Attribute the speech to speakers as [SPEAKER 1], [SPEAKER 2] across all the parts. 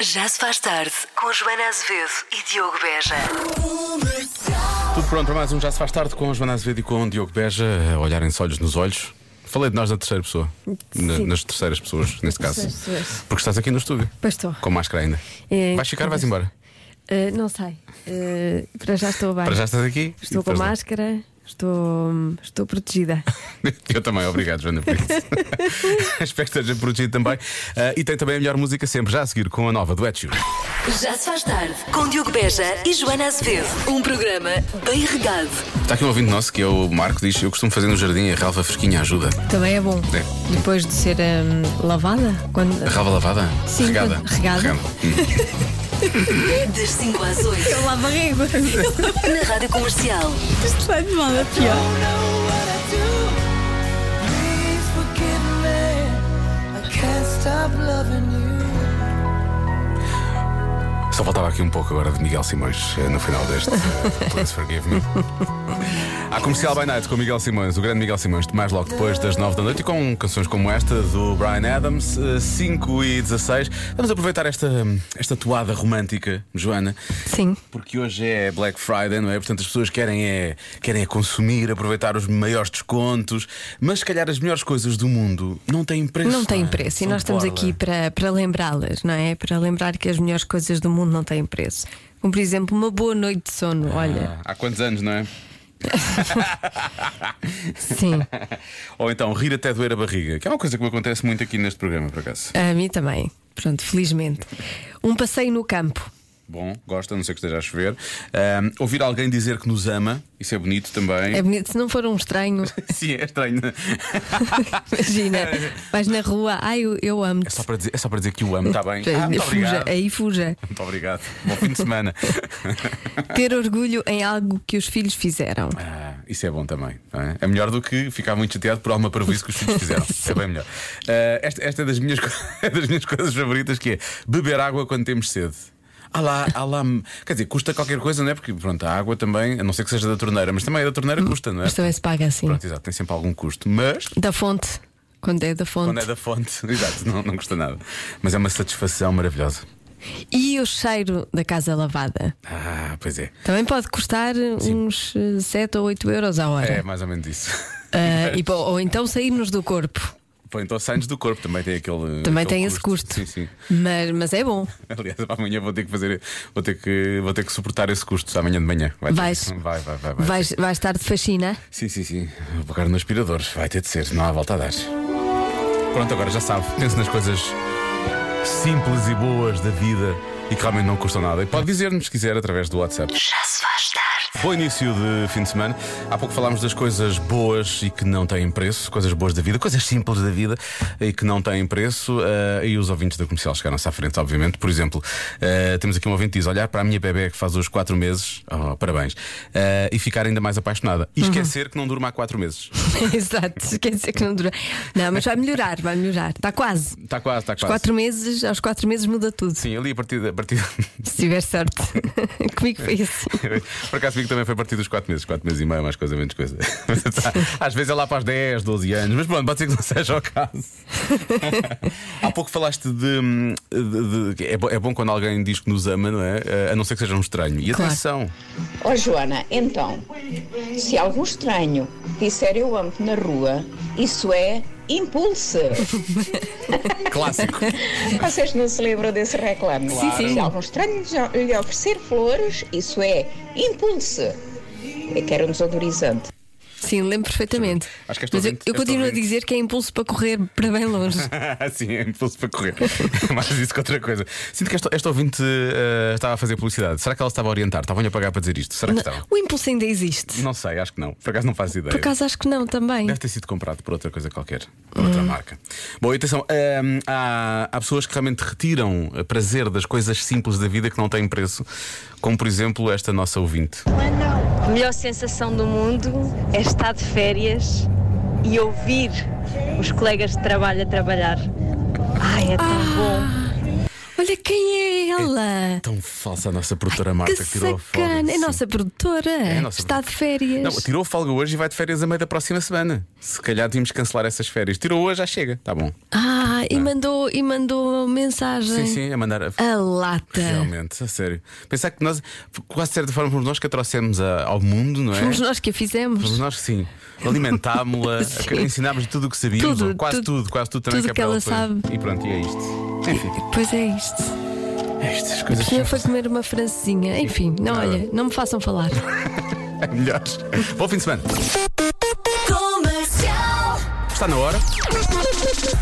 [SPEAKER 1] Já se faz tarde com Joana Azevedo e Diogo Beja.
[SPEAKER 2] Tudo pronto para mais um Já se faz tarde com Joana Azevedo e com Diogo Beja a olharem-se olhos nos olhos. Falei de nós da terceira pessoa. Na-
[SPEAKER 3] Sim.
[SPEAKER 2] nas terceiras pessoas, neste caso.
[SPEAKER 3] Terceiras pessoas.
[SPEAKER 2] Porque estás aqui no estúdio.
[SPEAKER 3] Pois estou.
[SPEAKER 2] Com máscara ainda.
[SPEAKER 3] É,
[SPEAKER 2] vais ficar, ou vais embora.
[SPEAKER 3] Eh, não sei. Eh, para já estou bem.
[SPEAKER 2] Para já estás aqui.
[SPEAKER 3] Estou
[SPEAKER 2] e
[SPEAKER 3] com
[SPEAKER 2] depois não.
[SPEAKER 3] máscara, estou, estou protegida.
[SPEAKER 2] Eu também, obrigado, Joana, por isso. Espero que esteja protegido também. Ah, e tem também a melhor música sempre, já a seguir com a nova do Etio.
[SPEAKER 1] Já se faz tarde com Diogo Beja e Joana Azevedo. Um programa bem regado.
[SPEAKER 2] Está aqui um ouvinte nosso que é o Marco, diz: Eu costumo fazer no jardim a ralva fresquinha ajuda.
[SPEAKER 4] Também é bom.
[SPEAKER 2] É.
[SPEAKER 4] Depois de ser hum, lavada, quando
[SPEAKER 2] A ralva lavada?
[SPEAKER 4] Sim,
[SPEAKER 2] regada.
[SPEAKER 4] regada.
[SPEAKER 1] Das 5 às 8
[SPEAKER 4] lava régua.
[SPEAKER 1] na Rádio Comercial.
[SPEAKER 4] Isto vai de mal a pior.
[SPEAKER 2] Só faltava aqui um pouco agora de Miguel Simões eh, no final deste eh, Please Forgive Me. Há comercial by night com Miguel Simões, o grande Miguel Simões, mais logo depois das 9 da noite e com canções como esta do Brian Adams, eh, 5 e 16. Vamos aproveitar esta, esta toada romântica, Joana.
[SPEAKER 3] Sim.
[SPEAKER 2] Porque hoje é Black Friday, não é? Portanto, as pessoas querem é, querem é consumir, aproveitar os maiores descontos, mas se calhar as melhores coisas do mundo não têm preço.
[SPEAKER 3] Não tem
[SPEAKER 2] é?
[SPEAKER 3] preço. E
[SPEAKER 2] São
[SPEAKER 3] nós estamos
[SPEAKER 2] borla.
[SPEAKER 3] aqui para, para lembrá-las, não é? Para lembrar que as melhores coisas do mundo não têm preço. Como, por exemplo, uma boa noite de sono.
[SPEAKER 2] Ah.
[SPEAKER 3] Olha,
[SPEAKER 2] Há quantos anos, não é?
[SPEAKER 3] sim.
[SPEAKER 2] Ou então rir até doer a barriga, que é uma coisa que me acontece muito aqui neste programa, por acaso.
[SPEAKER 3] A mim também. Pronto, felizmente. Um passeio no campo.
[SPEAKER 2] Bom, gosta, não sei que esteja a chover. Ahm, ouvir alguém dizer que nos ama, isso é bonito também.
[SPEAKER 3] É bonito. Se não for um estranho,
[SPEAKER 2] Sim, é estranho.
[SPEAKER 3] imagina. Vais na rua, ai, eu, eu
[SPEAKER 2] É
[SPEAKER 3] amo-te.
[SPEAKER 2] só para dizer, é só para dizer que o amo, está bem. Ah, muito
[SPEAKER 3] Então, fuja,
[SPEAKER 2] obrigado.
[SPEAKER 3] aí fuja.
[SPEAKER 2] Muito obrigado. Bom fim de semana.
[SPEAKER 3] Ter orgulho em algo que os filhos fizeram.
[SPEAKER 2] Ah, isso é bom também. não é? É melhor do que ficar muito chateado por alguma prejuízo que os filhos fizeram. é bem melhor. Ah, esta, esta é das minhas, co- é das minhas coisas favoritas, que é beber água quando temos sede. Ah lá, ah lá, quer dizer, custa qualquer coisa, não é? Porque pronto, a água também, a não ser que seja da torneira, mas também é da torneira custa, não é?
[SPEAKER 3] Uhum. Mas também se paga assim.
[SPEAKER 2] Pronto, exato, tem sempre algum custo. Mas
[SPEAKER 3] Da fonte, quando é da fonte.
[SPEAKER 2] quando é da fonte, exato, não, não custa nada. Mas é uma satisfação maravilhosa.
[SPEAKER 3] E o cheiro da casa lavada.
[SPEAKER 2] Ah, pois é.
[SPEAKER 3] Também pode custar uns 7 ou 8 euros à hora.
[SPEAKER 2] É mais ou menos isso.
[SPEAKER 3] Ah, e po- ou então sair-nos do corpo.
[SPEAKER 2] Pô, então saindo do corpo também tem aquele.
[SPEAKER 3] Também
[SPEAKER 2] aquele
[SPEAKER 3] tem esse custo.
[SPEAKER 2] Sim, sim.
[SPEAKER 3] Mas, mas é bom.
[SPEAKER 2] Aliás, amanhã vou ter que fazer, vou ter que, vou ter que suportar esse custo amanhã de manhã. Vai, ter-
[SPEAKER 3] Vais.
[SPEAKER 2] vai, vai, vai, vai.
[SPEAKER 3] Vais, vais estar de faxina.
[SPEAKER 2] Sim, sim, sim. Vou pegar no aspirador, vai ter de ser, não há volta a dar. Pronto, agora já sabe, pense nas coisas simples e boas da vida e que realmente não custam nada. E pode dizer-nos se quiser através do WhatsApp.
[SPEAKER 1] Já se faz tarde.
[SPEAKER 2] Bom início de fim de semana. Há pouco falámos das coisas boas e que não têm preço, coisas boas da vida, coisas simples da vida e que não têm preço. eh, e os ouvintes da comercial chegaram-se à frente, obviamente. Por exemplo, eh, temos aqui um ouvinte que diz: olhar para a minha bebê que faz hoje 4 meses, oh, parabéns, eh, e ficar ainda mais apaixonada. E esquecer que não durma há 4 meses.
[SPEAKER 3] Exato, quer dizer que não dura. Não, mas vai melhorar, vai melhorar. Está quase.
[SPEAKER 2] Está quase, está quase.
[SPEAKER 3] Quatro meses, aos quatro meses muda tudo.
[SPEAKER 2] Sim, ali a partir, da- a partir...
[SPEAKER 3] Se tiver sorte. Comigo foi isso.
[SPEAKER 2] Por acaso vi que também foi a partir dos 4 meses, 4 meses e meio, mais coisa, menos coisa. Mas tá, Às vezes é lá para os 10, 12 anos, mas pronto, pode ser que não seja o caso. Há pouco falaste de. hum, de- de- é, bo- é bom quando alguém diz que nos ama, não é? Eh, A não ser que seja um estranho. E
[SPEAKER 3] Claro.
[SPEAKER 2] atenção,
[SPEAKER 5] Ó Joana, então, se algum estranho disser eu amo-te na rua, isso é impulso.
[SPEAKER 2] clássico.
[SPEAKER 5] Vocês não se lembram desse reclame?
[SPEAKER 3] Sim, sim.
[SPEAKER 5] Se algum estranho lhe- lhe oferecer flores, isso é impulso. É que era um desodorizante.
[SPEAKER 3] Sim, lembro perfeitamente.
[SPEAKER 2] Acho que esta
[SPEAKER 3] mas eu,
[SPEAKER 2] ouvinte-
[SPEAKER 3] eu
[SPEAKER 2] esta
[SPEAKER 3] continuo a
[SPEAKER 2] ouvinte-
[SPEAKER 3] dizer que é impulso para correr para bem longe.
[SPEAKER 2] Sim, é impulso para correr. É Mais isso que outra coisa. Sinto que esta, esta ouvinte eh, estava a fazer publicidade. Será que ela se estava a orientar? Estavam-lhe a pagar para dizer isto? Será que estavam?
[SPEAKER 3] O impulso ainda existe.
[SPEAKER 2] Não sei, acho que não. Por acaso não faço ideia.
[SPEAKER 3] Por acaso acho que não também.
[SPEAKER 2] Deve ter sido comprado por outra coisa qualquer, por
[SPEAKER 3] É.
[SPEAKER 2] outra marca. Bom, e atenção, hum, há, há pessoas que realmente retiram eh, prazer das coisas simples da vida que não têm preço, como por exemplo esta nossa ouvinte.
[SPEAKER 6] A melhor sensação do mundo é estar de férias e ouvir os colegas de trabalho a trabalhar. Ai, é tão bom.
[SPEAKER 3] Olha quem é ela!
[SPEAKER 2] Tão falsa a nossa produtora Marta
[SPEAKER 3] que
[SPEAKER 2] que tirou a folga.
[SPEAKER 3] sacana! É
[SPEAKER 2] Sim.
[SPEAKER 3] nossa produtora!
[SPEAKER 2] É a nossa
[SPEAKER 3] Está de férias!
[SPEAKER 2] Não, tirou folga hoje e vai de férias a meio da próxima semana. Se calhar devíamos cancelar essas férias. Tirou hoje, já chega. Tá bom.
[SPEAKER 3] Ah, e mandou, e mandou mensagem.
[SPEAKER 2] Sim, sim, a mandar. a-
[SPEAKER 3] A lata.
[SPEAKER 2] Realmente, a sério. Pensar que nós, quase de certa forma, fomos nós que a trouxemos a- ao mundo, não é?
[SPEAKER 3] Fomos nós que a fizemos.
[SPEAKER 2] Fomos nós que sim. Alimentámo-la,
[SPEAKER 3] Sim.
[SPEAKER 2] ensinámos-lhe tudo o que sabíamos,
[SPEAKER 3] Tudo,
[SPEAKER 2] ou quase
[SPEAKER 3] tudo,
[SPEAKER 2] tudo, quase tudo também
[SPEAKER 3] tudo
[SPEAKER 2] é
[SPEAKER 3] que
[SPEAKER 2] para
[SPEAKER 3] ela
[SPEAKER 2] depois.
[SPEAKER 3] sabe.
[SPEAKER 2] E pronto, e é isto. Enfim,
[SPEAKER 3] Pois é isto.
[SPEAKER 2] é isto, as coisas
[SPEAKER 3] O senhor foi comer uma francesinha. Enfim, não,
[SPEAKER 2] Nada.
[SPEAKER 3] olha, não me façam falar.
[SPEAKER 2] melhores. Bom fim de semana. Está na hora.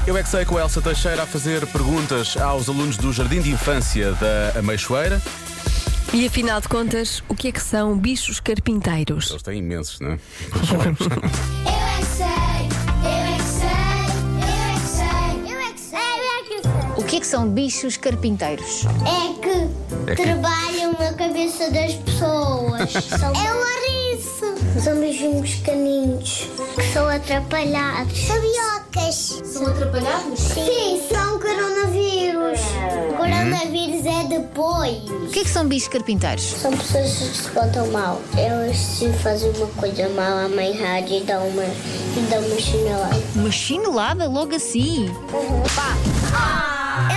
[SPEAKER 2] Eu é que sei com a Elsa Teixeira a fazer perguntas aos alunos do Jardim de Infância da Ameixoeira.
[SPEAKER 3] E afinal de contas, o que é que são bichos carpinteiros?
[SPEAKER 2] Eles têm imensos, não é?
[SPEAKER 7] Eu é que sei, eu é que sei, eu é que sei, eu é que sei, eu
[SPEAKER 8] O que é que são bichos carpinteiros?
[SPEAKER 7] é que sei. É que trabalham na cabeça das pessoas. é o ariço. São beijinhos caninhos que são atrapalhados. Sabiocas. São atrapalhados? Uhum. Sim, são coronavírus. Coronavírus é depois.
[SPEAKER 8] O que é que são bichos carpinteiros?
[SPEAKER 7] São pessoas que se contam mal. Elas se fazem uma coisa mal, a mãe rádio e dá uma, e dá uma chinelada.
[SPEAKER 8] Uma chinelada logo assim.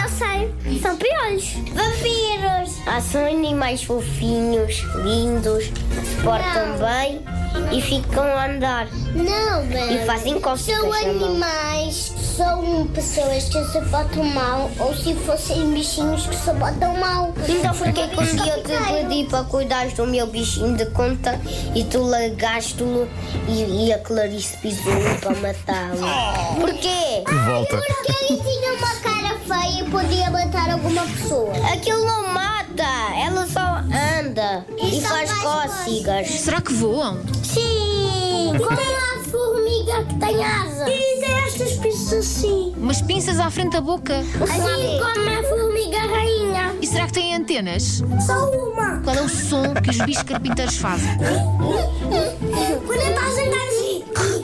[SPEAKER 7] Eu sei, são piolhos. Vampiros. Ah, são animais fofinhos, lindos, se portam bem e ficam a andar. Não, bem. E fazem costas. é São animais, são pessoas que se portam mal ou se fossem bichinhos que se portam mal. Então porque que um dia eu te pedi para cuidares do meu bichinho de conta e tu largaste-lo e, e a Clarice pisou para matá-lo? Porquê?
[SPEAKER 2] Volta.
[SPEAKER 7] Porque ele tinha uma cara feia e podia matar alguma pessoa. Aquilo não mata, ela só anda e, faz, cócegas.
[SPEAKER 8] Será que voam?
[SPEAKER 7] Sim, como é a formiga que tem asa. E estas pessoas assim.
[SPEAKER 8] Umas pinças à frente da boca.
[SPEAKER 7] Assim como a formiga rainha.
[SPEAKER 8] E será que têm antenas?
[SPEAKER 7] Só uma.
[SPEAKER 8] Qual é o som que os bichos carpinteiros fazem?
[SPEAKER 7] Quando estás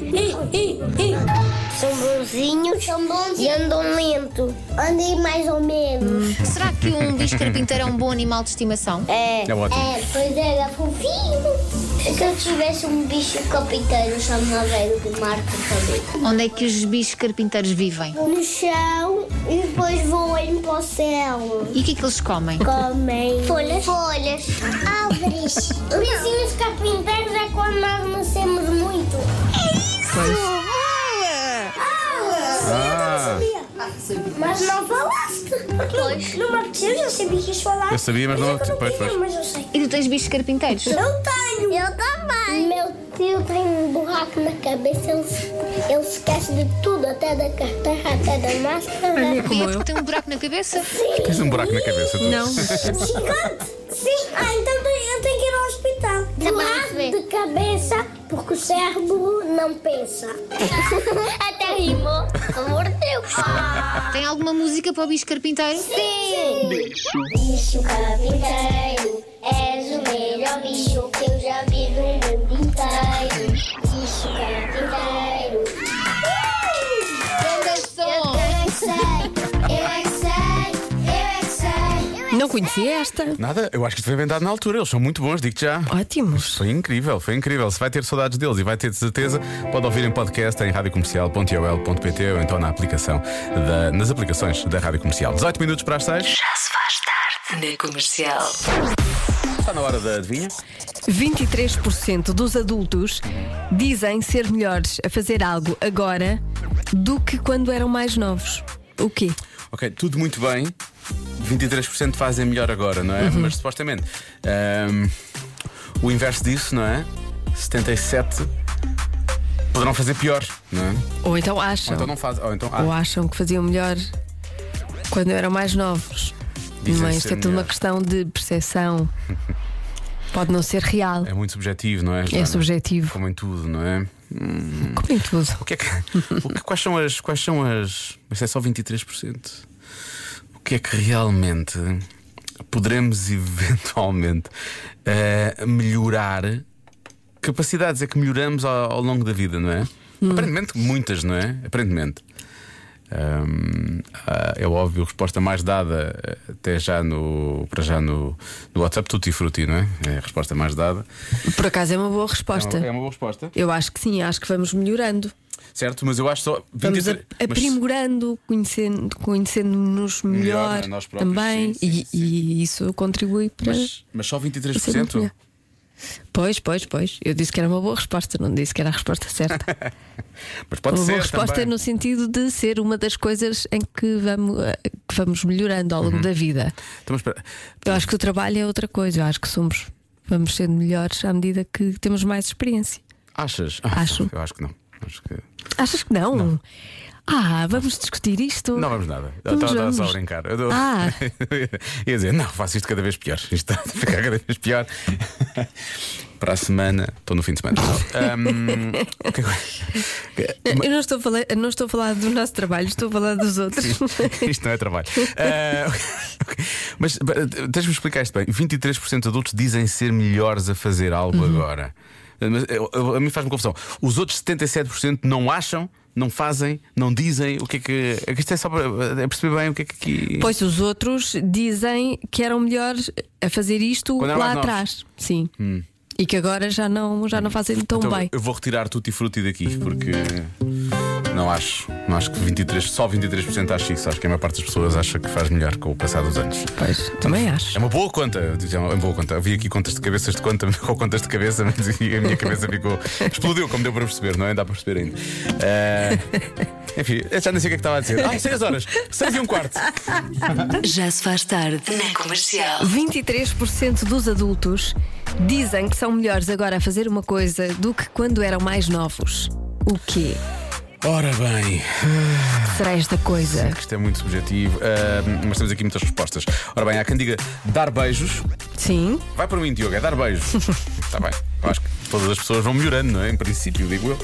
[SPEAKER 7] andar São bonzinhos, São bonzinhos e andam lento. Andem mais ou menos.
[SPEAKER 8] Será que um bicho carpinteiro é um bom animal de estimação?
[SPEAKER 7] É,
[SPEAKER 2] É ótimo.
[SPEAKER 7] é, pois era fofinho. Se eu tivesse um bicho capiteiro, chamava ele de Marco também.
[SPEAKER 8] Onde é que os bichos carpinteiros vivem?
[SPEAKER 7] No chão e depois voam para o céu.
[SPEAKER 8] E o que é que eles comem?
[SPEAKER 7] Comem folhas. Folhas. Árvores. Vizinhos carpinteiros é quando nós nascemos muito. É isso!
[SPEAKER 2] Ah,
[SPEAKER 7] Mas não falaste. Pois. Não me apeteceu, já sabia que ias falar.
[SPEAKER 2] Eu sabia, mas não-
[SPEAKER 7] é que eu
[SPEAKER 2] pois,
[SPEAKER 7] queria,
[SPEAKER 2] pois.
[SPEAKER 7] Mas eu sei.
[SPEAKER 8] E tu tens bichos carpinteiros?
[SPEAKER 7] Eu tenho. Eu também. Meu tio tem um buraco na cabeça, ele, se- ele se esquece de tudo, até da carteira, até da máscara.
[SPEAKER 8] E é porque tem um buraco na cabeça?
[SPEAKER 2] tens um buraco na cabeça. tu.
[SPEAKER 3] Não.
[SPEAKER 7] Gigante? Sim. Ah, então eu tenho que ir ao hospital. Buraco de cabeça, porque o cérebro não pensa. até rimou. Amor de Deus. Ah.
[SPEAKER 8] Tem alguma música para o bicho carpinteiro?
[SPEAKER 7] Sim! Bicho carpinteiro, és o melhor bicho que eu já vi no mundo inteiro. Bicho carpinteiro.
[SPEAKER 9] Então,
[SPEAKER 8] Grande som!
[SPEAKER 7] é que sei, eu é que sei, eu é que sei.
[SPEAKER 3] Não conhecia esta.
[SPEAKER 2] Nada, eu acho que isto foi inventado na altura. Eles são muito bons, digo-te já.
[SPEAKER 3] Ótimos.
[SPEAKER 2] Foi incrível, foi incrível. Se vai ter saudades deles e vai ter de certeza, pode ouvir em podcast em radiocomercial.ol.pt ou então na aplicação da- nas aplicações da Rádio Comercial. 18 minutos para as 6.
[SPEAKER 1] Já se faz tarde na comercial.
[SPEAKER 2] Está na hora da adivinha.
[SPEAKER 3] 23% dos adultos dizem ser melhores a fazer algo agora do que quando eram mais novos. O quê?
[SPEAKER 2] Ok, tudo muito bem. 23% fazem melhor agora, não é?
[SPEAKER 1] Uhum.
[SPEAKER 2] Mas supostamente. ahm, o inverso disso, não é? 77% poderão fazer pior, não é?
[SPEAKER 3] Ou então
[SPEAKER 2] Ou
[SPEAKER 3] acham.
[SPEAKER 2] então não fazem. Ou então, ah,
[SPEAKER 3] Ou acham que faziam melhor quando eram mais novos.
[SPEAKER 2] Dizem
[SPEAKER 3] Mas isto
[SPEAKER 2] ser
[SPEAKER 3] é tudo
[SPEAKER 2] melhor.
[SPEAKER 3] uma questão de percepção. Pode não ser real.
[SPEAKER 2] é muito subjetivo, não é?
[SPEAKER 3] É
[SPEAKER 2] Joana?
[SPEAKER 3] subjetivo.
[SPEAKER 2] Como em tudo, não é?
[SPEAKER 3] Como em tudo.
[SPEAKER 2] O que é que, o que- quais são as. Quais são as. Mas é só 23%. O que é que realmente poderemos eventualmente eh, melhorar? Capacidades é que melhoramos ao, ao longo da vida, não é? Aparentemente muitas, não é? Aparentemente. Ahm, ah, é óbvio, a resposta mais dada eh, até já no, para já no, no WhatsApp, Tutti Frutti, não é? É a resposta mais dada.
[SPEAKER 3] Por acaso é uma
[SPEAKER 2] É
[SPEAKER 3] boa
[SPEAKER 2] uma,
[SPEAKER 3] resposta.
[SPEAKER 2] é uma boa resposta.
[SPEAKER 3] Eu acho que sim, acho que vamos melhorando.
[SPEAKER 2] Certo, mas eu acho só.
[SPEAKER 3] Vamos
[SPEAKER 2] 23
[SPEAKER 3] a-
[SPEAKER 2] mas-
[SPEAKER 3] aprimorando, conhecendo- conhecendo-nos melhor,
[SPEAKER 2] Melhor, né, nós próprios,
[SPEAKER 3] também.
[SPEAKER 2] sim, sim,
[SPEAKER 3] e, e isso contribui para.
[SPEAKER 2] mas, mas só
[SPEAKER 3] ser muito
[SPEAKER 2] 23%?
[SPEAKER 3] melhor. Pois, pois, pois. Eu disse que era uma boa resposta, não disse que era a resposta certa.
[SPEAKER 2] Mas pode
[SPEAKER 3] Uma
[SPEAKER 2] ser.
[SPEAKER 3] boa resposta
[SPEAKER 2] também.
[SPEAKER 3] no sentido de ser uma das coisas em que vamos, eh, que vamos melhorando ao longo da vida.
[SPEAKER 2] Então, mas espera.
[SPEAKER 3] Eu acho que o trabalho é outra coisa. Eu acho que somos, vamos sendo melhores à medida que temos mais experiência.
[SPEAKER 2] Achas? Ah,
[SPEAKER 3] Acho. Hum.
[SPEAKER 2] Eu acho que não. Acho que.
[SPEAKER 3] Achas que não? Ah, vamos discutir isto?
[SPEAKER 2] Não vamos nada. Eu
[SPEAKER 3] Vamos,
[SPEAKER 2] Estava estava só a
[SPEAKER 3] vamos.
[SPEAKER 2] brincar. Eu dou-
[SPEAKER 3] Ah.
[SPEAKER 2] Ia dizer, não, faço isto cada vez pior. Isto está a ficar cada vez pior. Para a semana, estou no fim de semana. Ahm, que coisa-
[SPEAKER 3] Eu não estou, a falar, eu não estou a falar do nosso trabalho, estou a falar dos outros.
[SPEAKER 2] Isto não é trabalho. Ah, ok. mas ba- deixa-me explicar isto bem. 23% de adultos dizem ser melhores a fazer algo
[SPEAKER 3] Uhum.
[SPEAKER 2] agora. Mas eu- eu- a mim faz-me confusão. Os outros 77% não acham, não fazem, não dizem o que é que. é que Isto é só para é perceber bem o que é que aqui.
[SPEAKER 3] Pois os outros dizem que eram melhores a fazer isto
[SPEAKER 2] Quando eram mais
[SPEAKER 3] lá
[SPEAKER 2] novos. Hum.
[SPEAKER 3] atrás. Sim. E que agora já não, já não fazem tão
[SPEAKER 2] Então,
[SPEAKER 3] um bem.
[SPEAKER 2] Eu vou retirar tutti frutti daqui porque não acho, não acho que 23, só 23% acha isso. Acho que a maior parte das pessoas acha que faz melhor com o passar dos anos.
[SPEAKER 3] Pois, também
[SPEAKER 2] É
[SPEAKER 3] acho.
[SPEAKER 2] uma boa conta, eu dizia, é uma boa conta. Eu vi aqui contas de cabeças de conta, com contas de cabeça, mas a minha cabeça ficou. explodiu, como deu para perceber, não é? Dá para perceber ainda. Eh, enfim, eu já nem sei o que é que estava a dizer. Ah, 6 horas, 6 e um quarto.
[SPEAKER 1] Já se faz tarde na comercial.
[SPEAKER 3] 23% dos adultos dizem que são melhores agora a fazer uma coisa do que quando eram mais novos. O quê?
[SPEAKER 2] Ora bem.
[SPEAKER 3] Será esta coisa?
[SPEAKER 2] Isto é muito subjetivo, eh, mas temos aqui muitas respostas. Ora bem, há quem diga dar beijos,
[SPEAKER 3] Sim.
[SPEAKER 2] Vai por mim, Diogo, é dar beijos. Está bem. Eu acho que todas as pessoas vão melhorando, não é? Em princípio, digo eu.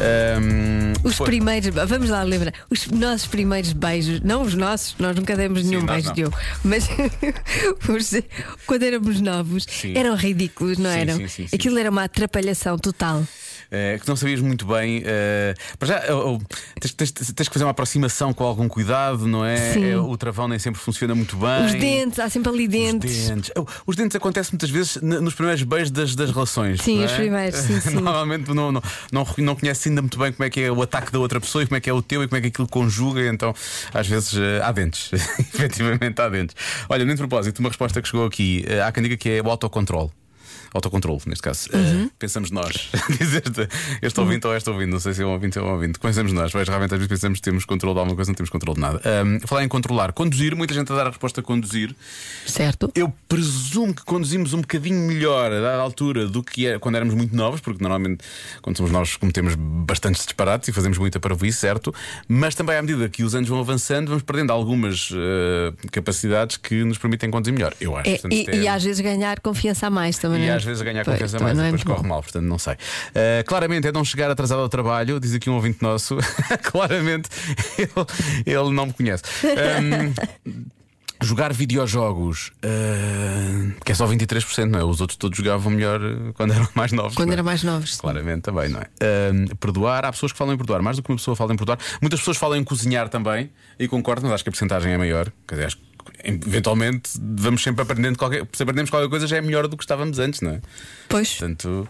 [SPEAKER 2] Eh, Ahm,
[SPEAKER 3] Os
[SPEAKER 2] foi-
[SPEAKER 3] primeiros, vamos lá, lembra? Os nossos primeiros beijos, não os nossos, nós nunca demos nenhum
[SPEAKER 2] nós
[SPEAKER 3] beijo
[SPEAKER 2] não.
[SPEAKER 3] de eu, mas os- quando éramos novos
[SPEAKER 2] Sim.
[SPEAKER 3] eram ridículos, não
[SPEAKER 2] Sim,
[SPEAKER 3] eram?
[SPEAKER 2] sim, sim, sim.
[SPEAKER 3] Aquilo era uma atrapalhação total.
[SPEAKER 2] eh, que não sabias muito bem. eh, para já, oh, oh, tens, tens- tens que fazer uma aproximação com algum cuidado, não é?
[SPEAKER 3] Sim.
[SPEAKER 2] Eh, O travão nem sempre funciona muito bem.
[SPEAKER 3] Os dentes, há sempre ali
[SPEAKER 2] Os
[SPEAKER 3] dentes.
[SPEAKER 2] dentes. Oh, Os dentes acontece muitas vezes n- nos primeiros beijos das, das relações.
[SPEAKER 3] Sim,
[SPEAKER 2] não
[SPEAKER 3] os
[SPEAKER 2] é?
[SPEAKER 3] primeiros, sim, sim.
[SPEAKER 2] Normalmente não, não, não, não conhece ainda muito bem como é que é o ataque da outra pessoa e como é que é o teu e como é que aquilo conjuga. e Então, às vezes, eh, há dentes. Efetivamente, há dentes. Olha, nem de propósito, uma resposta que chegou aqui. eh, Há quem diga que é o autocontrole. Autocontrole, neste caso. Eh,
[SPEAKER 3] Uhum.
[SPEAKER 2] pensamos nós. Diz este, este ouvinte ou este ouvinte, não sei se é um ouvinte ou um ouvinte. Pensamos nós. Mas realmente às vezes pensamos que temos controle de alguma coisa, não temos controle de nada. Ahm, falar em controlar. Conduzir, muita gente a dar a resposta conduzir.
[SPEAKER 3] Certo?
[SPEAKER 2] Eu presumo que conduzimos um bocadinho melhor a dada altura do que era quando éramos muito novos, porque normalmente quando somos novos cometemos bastantes disparates e fazemos muita parvoíce, certo? Mas também à medida que os anos vão avançando, vamos perdendo algumas eh, capacidades que nos permitem conduzir melhor. Eu acho.
[SPEAKER 3] É,
[SPEAKER 2] portanto, isto
[SPEAKER 3] e,
[SPEAKER 2] é-
[SPEAKER 3] e às vezes ganhar confiança a mais também.
[SPEAKER 2] e
[SPEAKER 3] não é?
[SPEAKER 2] às vezes ganhar
[SPEAKER 3] Pois,
[SPEAKER 2] confiança mais
[SPEAKER 3] também
[SPEAKER 2] e
[SPEAKER 3] não é
[SPEAKER 2] depois
[SPEAKER 3] muito
[SPEAKER 2] corre mal, portanto não sei. Uh, claramente é não chegar atrasado ao trabalho, diz aqui um ouvinte nosso. claramente ele, ele não me conhece. Um, jogar videojogos, uh, que é só 23%, não é? Os outros todos jogavam melhor uh, quando eram mais novos.
[SPEAKER 3] Quando
[SPEAKER 2] não é?
[SPEAKER 3] eram mais novos.
[SPEAKER 2] Claramente também, não é? Ahm, perdoar, há pessoas que falam em perdoar, mais do que uma pessoa fala em perdoar. Muitas pessoas falam em cozinhar também, e concordo, mas acho que a porcentagem é maior. Quer dizer, acho que eventualmente vamos sempre aprendendo qualquer, se aprendemos qualquer coisa já é melhor do que estávamos antes, não é?
[SPEAKER 3] Pois,
[SPEAKER 2] Portanto,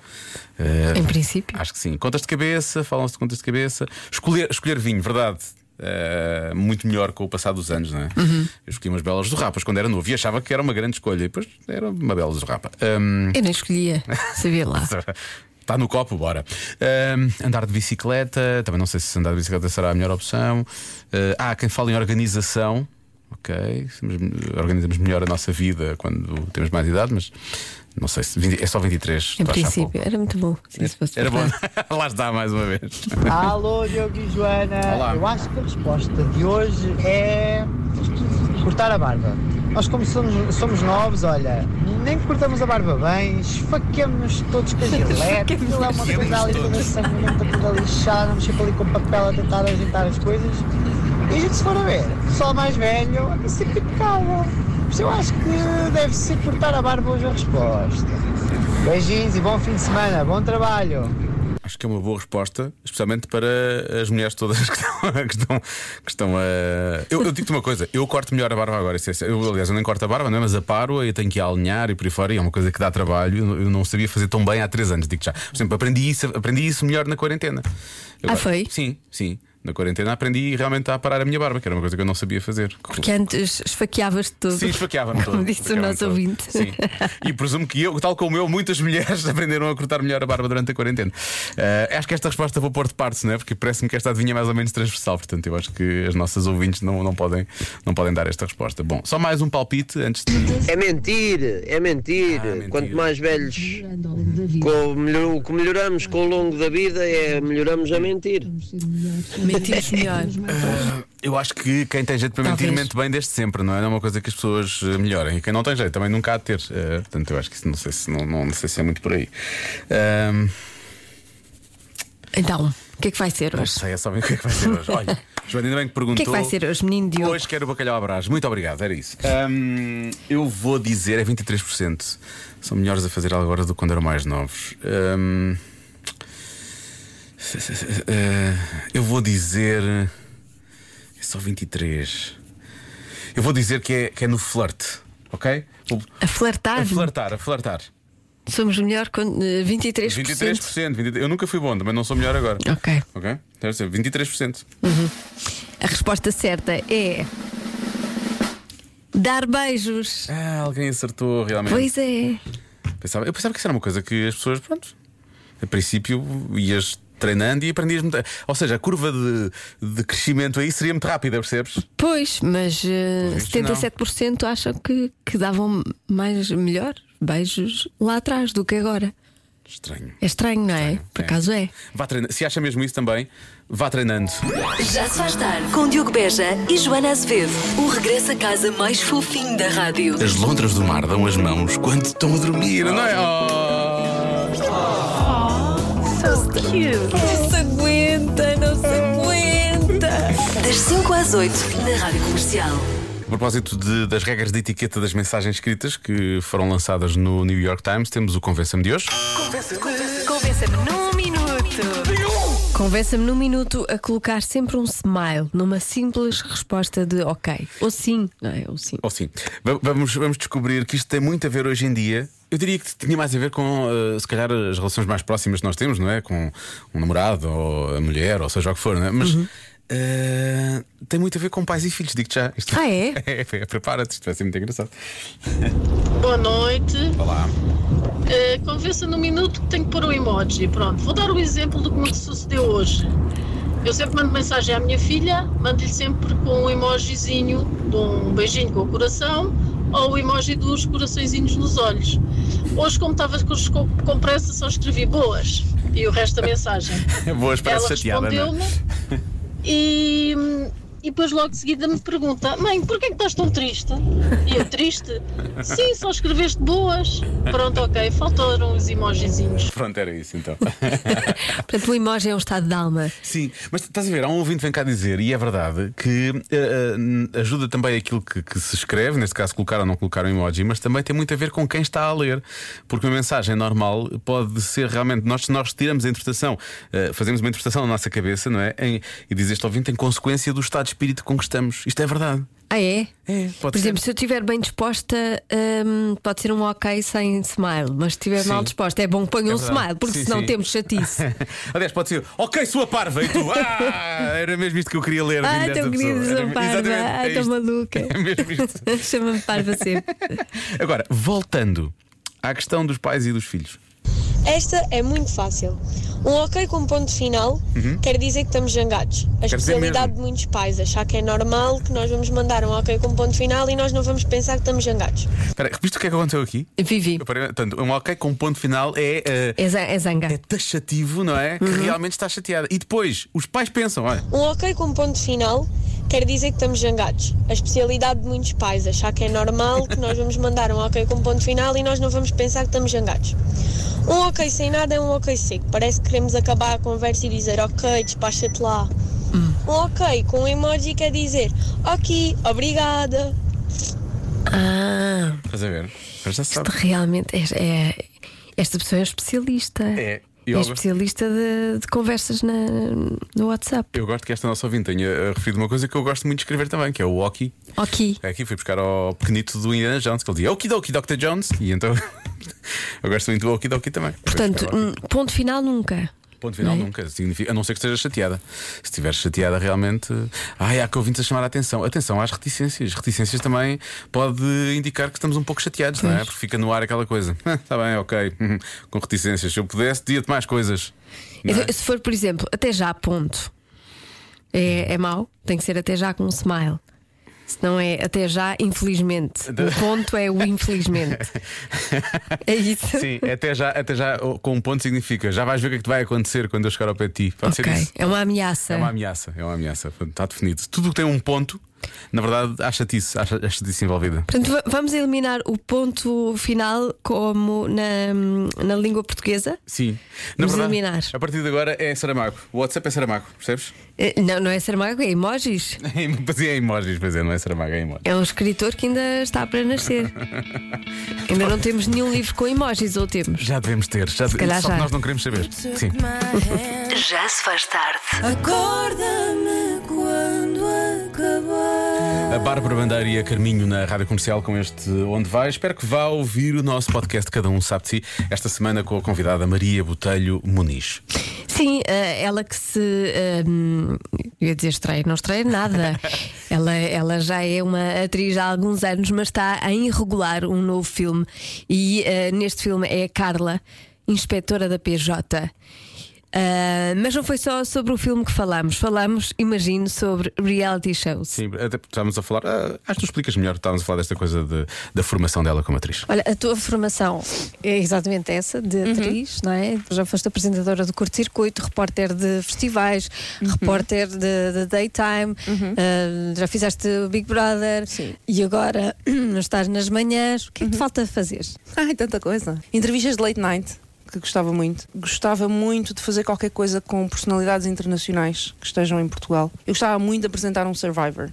[SPEAKER 2] eh,
[SPEAKER 3] em princípio.
[SPEAKER 2] acho que sim. Contas de cabeça, falam-se de contas de cabeça. Escolher, escolher vinho, verdade. Eh, muito melhor com o passar dos anos, não é? Eu escolhi umas belas do Rapas quando era novo e achava que era uma grande escolha, e depois era uma bela do Rapa. Ahm,
[SPEAKER 3] Eu nem escolhia, sabia lá.
[SPEAKER 2] Está Tá no copo, bora. Ahm, andar de bicicleta, também não sei se andar de bicicleta será a melhor opção. Ah, há quem fala em organização. Ok, somos- organizamos melhor a nossa vida quando temos mais idade, mas não sei se 20 é só 23.
[SPEAKER 3] Em
[SPEAKER 2] estou a achar
[SPEAKER 3] princípio, era muito bom. se isso
[SPEAKER 2] pouco.
[SPEAKER 3] fosse
[SPEAKER 2] Era bom.
[SPEAKER 3] verdade.
[SPEAKER 2] Lá está mais uma vez.
[SPEAKER 10] Alô, Diogo e Joana.
[SPEAKER 2] Olá.
[SPEAKER 10] Eu acho que a resposta de hoje é cortar a barba. Nós, como somos, somos novos, olha, nem cortamos a barba bem, esfaqueamos-nos todos com a gilete, aquilo é uma coisa ali toda sangrenta, toda lixada, andamos sempre ali com papel a tentar ajeitar as coisas. E a gente, se for a ver, o pessoal mais velho é sempre impecável. Mas eu acho que deve ser cortar a barba hoje a resposta. Beijinhos e bom fim de semana, bom trabalho.
[SPEAKER 2] Acho que é uma boa resposta, especialmente para as mulheres todas que estão, que estão, que estão a. Eu, eu digo-te uma coisa, eu corto melhor a barba agora. Isso é sério. eu, aliás, eu nem corto a barba, não é? mas aparo e tenho que a alinhar e por aí fora, e é uma coisa que dá trabalho. Eu não- Eu não sabia fazer tão bem há três anos, digo já. Por exemplo, aprendi isso, aprendi isso melhor na quarentena. Agora-
[SPEAKER 3] Ah, foi?
[SPEAKER 2] Sim, sim. Na quarentena aprendi realmente a parar a minha barba, que era uma coisa que eu não sabia fazer.
[SPEAKER 3] Porque antes esfaqueavas-te todo.
[SPEAKER 2] Sim, esfaqueavam
[SPEAKER 3] Como disse o nosso ouvinte.
[SPEAKER 2] Sim. E presumo que eu, tal como eu, muitas mulheres aprenderam a cortar melhor a barba durante a quarentena. Eh, acho que esta resposta vou pôr de parte, não é? Porque parece-me que esta adivinha é mais ou menos transversal. Portanto, eu acho que as nossas ouvintes não, não, podem, não podem dar esta resposta. Bom, só mais um palpite antes de.
[SPEAKER 11] É mentir, é mentir.
[SPEAKER 2] Ah, mentira.
[SPEAKER 11] Quanto mais velhos, com, o melhor- o que melhoramos com o longo da vida é melhoramos a mentir.
[SPEAKER 3] Mentimos melhor.
[SPEAKER 2] Eu acho que quem tem jeito para mentir
[SPEAKER 3] Talvez.
[SPEAKER 2] mente bem desde sempre, não é? Não é uma coisa que as pessoas eh, melhorem. E quem não tem jeito também nunca há de ter. Eh, portanto, eu acho que isso não sei se, não, não sei se é muito por aí. Ehm, Ahm,
[SPEAKER 3] Então, o que é que vai ser
[SPEAKER 2] não
[SPEAKER 3] hoje?
[SPEAKER 2] sei, é só ver o que é que vai ser hoje. Olha, Joana, ainda bem que
[SPEAKER 3] O que
[SPEAKER 2] perguntou.
[SPEAKER 3] é que vai ser hoje, menino Diogo?
[SPEAKER 2] Hoje quero bacalhau à brás. Muito obrigado, era isso. Hum, eu vou dizer, é 23%. São melhores a fazer algo agora do que quando eram mais novos. Hum, eh, eu vou dizer. É só 23. Eu vou dizer que é, que é no flerte, ok? Vou-
[SPEAKER 3] A flertar?
[SPEAKER 2] A flertar, a flertar.
[SPEAKER 3] Somos melhor quando eh, 23%.
[SPEAKER 2] 23%. 23%. Eu nunca fui bom, mas não sou melhor agora.
[SPEAKER 3] Ok.
[SPEAKER 2] Ok? Deve ser 23%.
[SPEAKER 3] A resposta certa é. Dar beijos.
[SPEAKER 2] Ah, alguém acertou realmente.
[SPEAKER 3] Pois é.
[SPEAKER 2] Pensava- eu pensava que isso era uma coisa que as pessoas, pronto, a princípio ias treinando e aprendias muito. Ou seja, a curva de, de crescimento aí seria muito rápida, percebes?
[SPEAKER 3] Pois, mas eh,
[SPEAKER 2] Pois,
[SPEAKER 3] 77% acham que, que davam mais melhor beijos lá atrás do que agora.
[SPEAKER 2] Estranho.
[SPEAKER 3] É estranho, não é? Por
[SPEAKER 2] é.
[SPEAKER 3] acaso é.
[SPEAKER 2] Vá treinando. Se acha mesmo isso também, vá treinando.
[SPEAKER 1] Já se faz tarde com Diogo Beja e Joana Azevedo. O regresso a casa mais fofinho da rádio.
[SPEAKER 2] As lontras do mar dão as mãos quando estão a dormir, não é? Oh!
[SPEAKER 3] Não se aguenta, não se aguenta.
[SPEAKER 1] Das 5 às 8 na Rádio Comercial.
[SPEAKER 2] A propósito de- das regras de etiqueta das mensagens escritas que foram lançadas no New York Times, temos o Convença-me de hoje.
[SPEAKER 3] Convença-me num Um minuto. Convença-me num minuto a colocar sempre um smile numa simples resposta de ok. Ou sim, não é? Ou sim.
[SPEAKER 2] Ou sim. Va- Vamos, vamos descobrir que isto tem muito a ver hoje em dia. Eu diria que tinha mais a ver com, eh, se calhar, as relações mais próximas que nós temos, não é? Com um namorado ou a mulher, ou seja o que for, não é? Mas.
[SPEAKER 3] Uhum.
[SPEAKER 2] eh, tem muito a ver com pais e filhos, digo-te já. Isto-
[SPEAKER 3] Ah, é?
[SPEAKER 2] prepara-te, isto vai ser muito engraçado.
[SPEAKER 9] Boa noite.
[SPEAKER 2] Olá.
[SPEAKER 9] Eh, convença no minuto que tenho que pôr um emoji. Pronto, vou dar o exemplo do que me sucedeu hoje. Eu sempre mando mensagem à minha filha, mando-lhe sempre com um emojizinho, de um beijinho com o coração,
[SPEAKER 8] Então,
[SPEAKER 9] ou o emoji dos coraçõezinhos nos olhos. Hoje, como estava com, com pressa, só escrevi boas e o resto da mensagem.
[SPEAKER 2] Boas, parece
[SPEAKER 9] Ela
[SPEAKER 2] chateada, não é?
[SPEAKER 9] respondeu-me e, e depois logo de seguida me pergunta: Mãe, porquê é que estás tão triste? E eu, triste? Sim, só escreveste boas. Pronto, ok, faltaram os emojizinhos.
[SPEAKER 2] Pronto, era isso então.
[SPEAKER 3] Portanto, o emoji é um estado de alma.
[SPEAKER 2] Sim, mas estás a ver, há um ouvinte que vem cá dizer, e é verdade, que eh, eh, ajuda também aquilo que, que se escreve, nesse caso colocar ou não colocar um emoji, mas também tem muito a ver com quem está a ler, porque uma mensagem normal pode ser realmente, nós, nós tiramos a interpretação, eh, fazemos uma interpretação na nossa cabeça, não é? Em- e diz este ouvinte em consequência do estado de espírito com que estamos. Isto é verdade.
[SPEAKER 3] Ah, é?
[SPEAKER 2] É, pode
[SPEAKER 3] Por
[SPEAKER 2] ser.
[SPEAKER 3] exemplo, se eu estiver bem disposta, hum, pode ser um ok sem smile, mas se estiver
[SPEAKER 2] Sim.
[SPEAKER 3] mal disposta, é bom que ponha
[SPEAKER 2] É
[SPEAKER 3] um
[SPEAKER 2] verdade.
[SPEAKER 3] smile, porque
[SPEAKER 2] Sim,
[SPEAKER 3] senão
[SPEAKER 2] sim.
[SPEAKER 3] temos chatice.
[SPEAKER 2] Aliás, pode ser, ok, sua parva, e tu, ah, era mesmo isto que eu queria ler. vindo
[SPEAKER 3] ah,
[SPEAKER 2] desta
[SPEAKER 3] tão querido,
[SPEAKER 2] pessoa. Era-
[SPEAKER 3] sou parva,
[SPEAKER 2] Exatamente, é
[SPEAKER 3] ah, tão
[SPEAKER 2] isto.
[SPEAKER 3] maluca.
[SPEAKER 2] É mesmo isto.
[SPEAKER 3] Chama-me parva sempre.
[SPEAKER 2] Agora, voltando à questão dos pais e dos filhos.
[SPEAKER 12] Esta é muito fácil. Um ok com ponto final quer dizer que estamos jangados. A
[SPEAKER 2] Uhum. dizer
[SPEAKER 12] especialidade
[SPEAKER 2] mesmo.
[SPEAKER 12] de muitos pais achar que é normal que nós vamos mandar um ok com ponto final e nós não vamos pensar que estamos jangados.
[SPEAKER 2] Espera, viste o que é que aconteceu aqui?
[SPEAKER 3] Vivi,
[SPEAKER 2] Eu parei- Portanto, um ok com ponto final é, eh,
[SPEAKER 3] é, za- é zanga.
[SPEAKER 2] é taxativo, não é? Que realmente está chateada. E depois, os pais pensam, olha,
[SPEAKER 12] Um ok com ponto final quer dizer que estamos jangados. A especialidade de muitos pais achar que é normal que nós vamos mandar um ok com ponto final e nós não vamos pensar que estamos jangados. Um ok sem nada é um ok seco. Parece que queremos acabar a conversa e dizer ok, despacha-te lá. Um ok com um emoji quer dizer ok, obrigada.
[SPEAKER 3] Ah,
[SPEAKER 2] estás a ver? Agora já se sabe.
[SPEAKER 3] realmente, é, é- esta pessoa é especialista.
[SPEAKER 2] É.
[SPEAKER 3] É especialista de, de conversas na, no WhatsApp.
[SPEAKER 2] Eu gosto que esta nossa ouvinte tenha eh, referido uma coisa que eu gosto muito de escrever também, que é o Oki. É
[SPEAKER 3] Oki.
[SPEAKER 2] Aqui fui buscar ao pequenito do Indiana Jones, que ele dizia Okidoki Dr. Jones, e então eu gosto muito do Okidoki também. é
[SPEAKER 3] Portanto,
[SPEAKER 2] Fui buscar o Oki.
[SPEAKER 3] hum, ponto final nunca.
[SPEAKER 2] Ponto final
[SPEAKER 3] Não é?
[SPEAKER 2] nunca, significa, a não ser que esteja chateada. Se estiver chateada realmente. Ai, há que ouvintes a chamar a atenção. Atenção às reticências. Reticências também pode indicar que estamos um pouco chateados, não é? Porque fica no ar aquela coisa. Está bem, ok. hum, Com reticências. Se eu pudesse, dia-te mais coisas. não é?
[SPEAKER 3] Então, Se for, por exemplo, até já, ponto. É, é mau, tem que ser até já com um smile. Se não é até já, infelizmente. O ponto é o infelizmente. É isso.
[SPEAKER 2] Sim, até já, até já oh, com um ponto significa já vais ver o que é que te vai acontecer quando eu chegar ao pé de ti. Pode ser
[SPEAKER 3] ok,
[SPEAKER 2] isso.
[SPEAKER 3] é uma ameaça.
[SPEAKER 2] É uma ameaça, é uma ameaça. Portanto, Está definido. Tudo o que tem um ponto, na verdade, há chatice, há cha- há chatice envolvida.
[SPEAKER 3] Portanto, va- vamos eliminar o ponto final como na, na língua portuguesa?
[SPEAKER 2] Sim. Na
[SPEAKER 3] Vamos
[SPEAKER 2] verdade,
[SPEAKER 3] eliminar.
[SPEAKER 2] a partir de agora é Saramago. O WhatsApp é Saramago, percebes?
[SPEAKER 3] Eh, Não, não é Saramago, é emojis.
[SPEAKER 2] Pois é, é emojis, pois é, não é Saramago, é emojis.
[SPEAKER 3] É um escritor que ainda está para nascer. Ainda não temos nenhum livro com emojis, ou temos?
[SPEAKER 2] Já devemos ter, já,
[SPEAKER 3] Se calhar
[SPEAKER 2] só
[SPEAKER 3] já.
[SPEAKER 2] que nós não queremos saber. Sim.
[SPEAKER 1] Já se faz tarde.
[SPEAKER 13] Acorda-me quando acabar.
[SPEAKER 2] A Bárbara Bandeira e a Carminho na Rádio Comercial com este Onde Vai. Espero que vá ouvir o nosso podcast Cada Um Sabe de Si, esta semana com a convidada Maria Botelho Muniz.
[SPEAKER 3] Sim, eh, ela que se. eh, hum, eu ia dizer estreia, não estreia nada. ela, ela já é uma atriz há alguns anos, mas está a irregular um novo filme. E eh, neste filme é a Carla, inspetora da PJ. Ah, mas não foi só sobre o filme que falámos. Falámos, imagino, sobre reality shows.
[SPEAKER 2] Sim, até porque estávamos a falar, ah, acho que tu explicas melhor, estávamos a falar desta coisa de- da formação dela como atriz.
[SPEAKER 4] Olha, a tua formação é exatamente essa, de
[SPEAKER 3] Uhum.
[SPEAKER 4] atriz, não é? Tu Já foste apresentadora do curto-circuito, repórter de festivais,
[SPEAKER 3] Uhum.
[SPEAKER 4] repórter de, de daytime, ah, já fizeste o Big Brother e agora estás nas manhãs. O que é que
[SPEAKER 3] Uhum.
[SPEAKER 4] te falta fazer?
[SPEAKER 14] Ai, tanta coisa. Entrevistas de late night, que gostava muito. Gostava muito de fazer qualquer coisa com personalidades internacionais que estejam em Portugal. Eu gostava muito de apresentar um Survivor.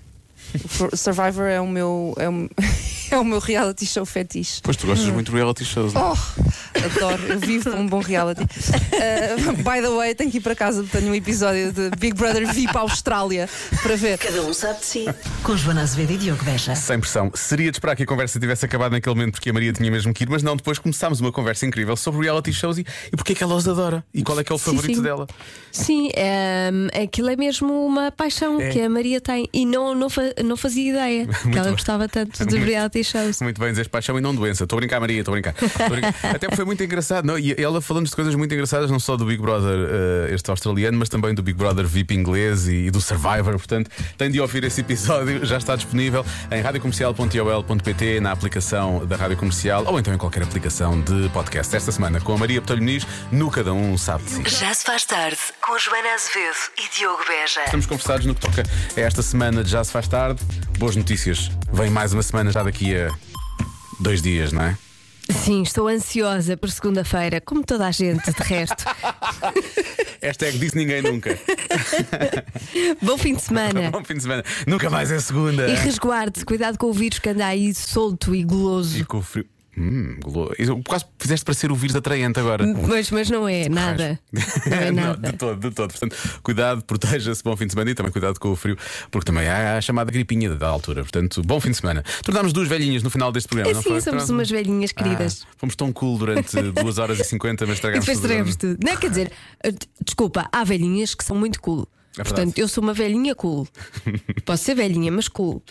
[SPEAKER 14] O for- Survivor é o meu é o, é o meu reality show fetiche.
[SPEAKER 2] Pois tu gostas muito de reality shows, não é?
[SPEAKER 14] Oh, adoro, eu vivo com um bom reality. Uh, by the way, tenho que ir para casa, tenho um episódio de Big Brother VIP à Austrália para ver.
[SPEAKER 1] Cada um sabe de si. Com Joana Azevedo e Diogo Beja.
[SPEAKER 2] Sem pressão. Seria de esperar que a conversa tivesse acabado naquele momento porque a Maria tinha mesmo que ir, mas não, depois começámos uma conversa incrível sobre reality shows e, e porque é que ela os adora e qual é que é o favorito
[SPEAKER 3] sim.
[SPEAKER 2] dela.
[SPEAKER 3] Sim, ehm, aquilo é mesmo uma paixão
[SPEAKER 2] É.
[SPEAKER 3] que a Maria tem e não, não, fa- não fazia ideia que ela
[SPEAKER 2] bom.
[SPEAKER 3] gostava tanto de
[SPEAKER 2] Muito-
[SPEAKER 3] reality shows.
[SPEAKER 2] Muito bem, dizer paixão e não doença. Estou a brincar, Maria, estou a brincar. Estou a brincar. Até porque foi muito engraçado. Não? E ela falando de coisas muito engraçadas, não só do Big Brother eh, este australiano, mas também do Big Brother VIP inglês e, e do Survivor. Portanto, tem de ouvir esse episódio, já está disponível em radiocomercial.iol.pt, na aplicação da Rádio Comercial ou então em qualquer aplicação de podcast. Esta semana com a Maria Botelho Muniz, no Cada Um Sabe de Si.
[SPEAKER 1] Já se faz tarde. Com Joana Azevedo e Diogo Beja.
[SPEAKER 2] Estamos conversados no que toca a esta semana de Já Se Faz Tarde. Boas notícias. Vem mais uma semana já daqui a dois dias, não é?
[SPEAKER 3] Sim, estou ansiosa por segunda-feira, como toda a gente, de resto.
[SPEAKER 2] Hashtag disse ninguém nunca.
[SPEAKER 3] Bom fim de semana.
[SPEAKER 2] Bom fim de semana. Nunca mais é segunda.
[SPEAKER 3] Ah, E resguarde, cuidado com o vírus que anda aí solto e guloso.
[SPEAKER 2] E com o frio. Hum, golo- Eu quase fizeste para ser o vírus atraente agora.
[SPEAKER 3] Mas, mas não é nada. Não é
[SPEAKER 2] Não,
[SPEAKER 3] nada.
[SPEAKER 2] de todo, de todo. Portanto, cuidado, proteja-se, bom fim de semana e também cuidado com o frio, porque também há a chamada gripinha da altura. Portanto, bom fim de semana. Tornámos duas velhinhas no final deste programa,
[SPEAKER 3] É
[SPEAKER 2] não
[SPEAKER 3] sim,
[SPEAKER 2] foi?
[SPEAKER 3] somos
[SPEAKER 2] Pronto.
[SPEAKER 3] umas velhinhas queridas.
[SPEAKER 2] Ah, fomos tão cool durante 2 horas e 50, mas
[SPEAKER 3] e
[SPEAKER 2] estragámos
[SPEAKER 3] depois
[SPEAKER 2] tudo, não é?
[SPEAKER 3] teremos tudo. Não é, quer dizer, eh, d- desculpa, há velhinhas que são muito cool.
[SPEAKER 2] É verdade.
[SPEAKER 3] Portanto, eu sou uma velhinha cool. Posso ser velhinha, mas cool.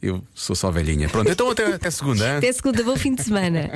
[SPEAKER 2] Eu sou só velhinha. Pronto, então até, até segunda. hein?
[SPEAKER 3] Até segunda, bom fim de semana.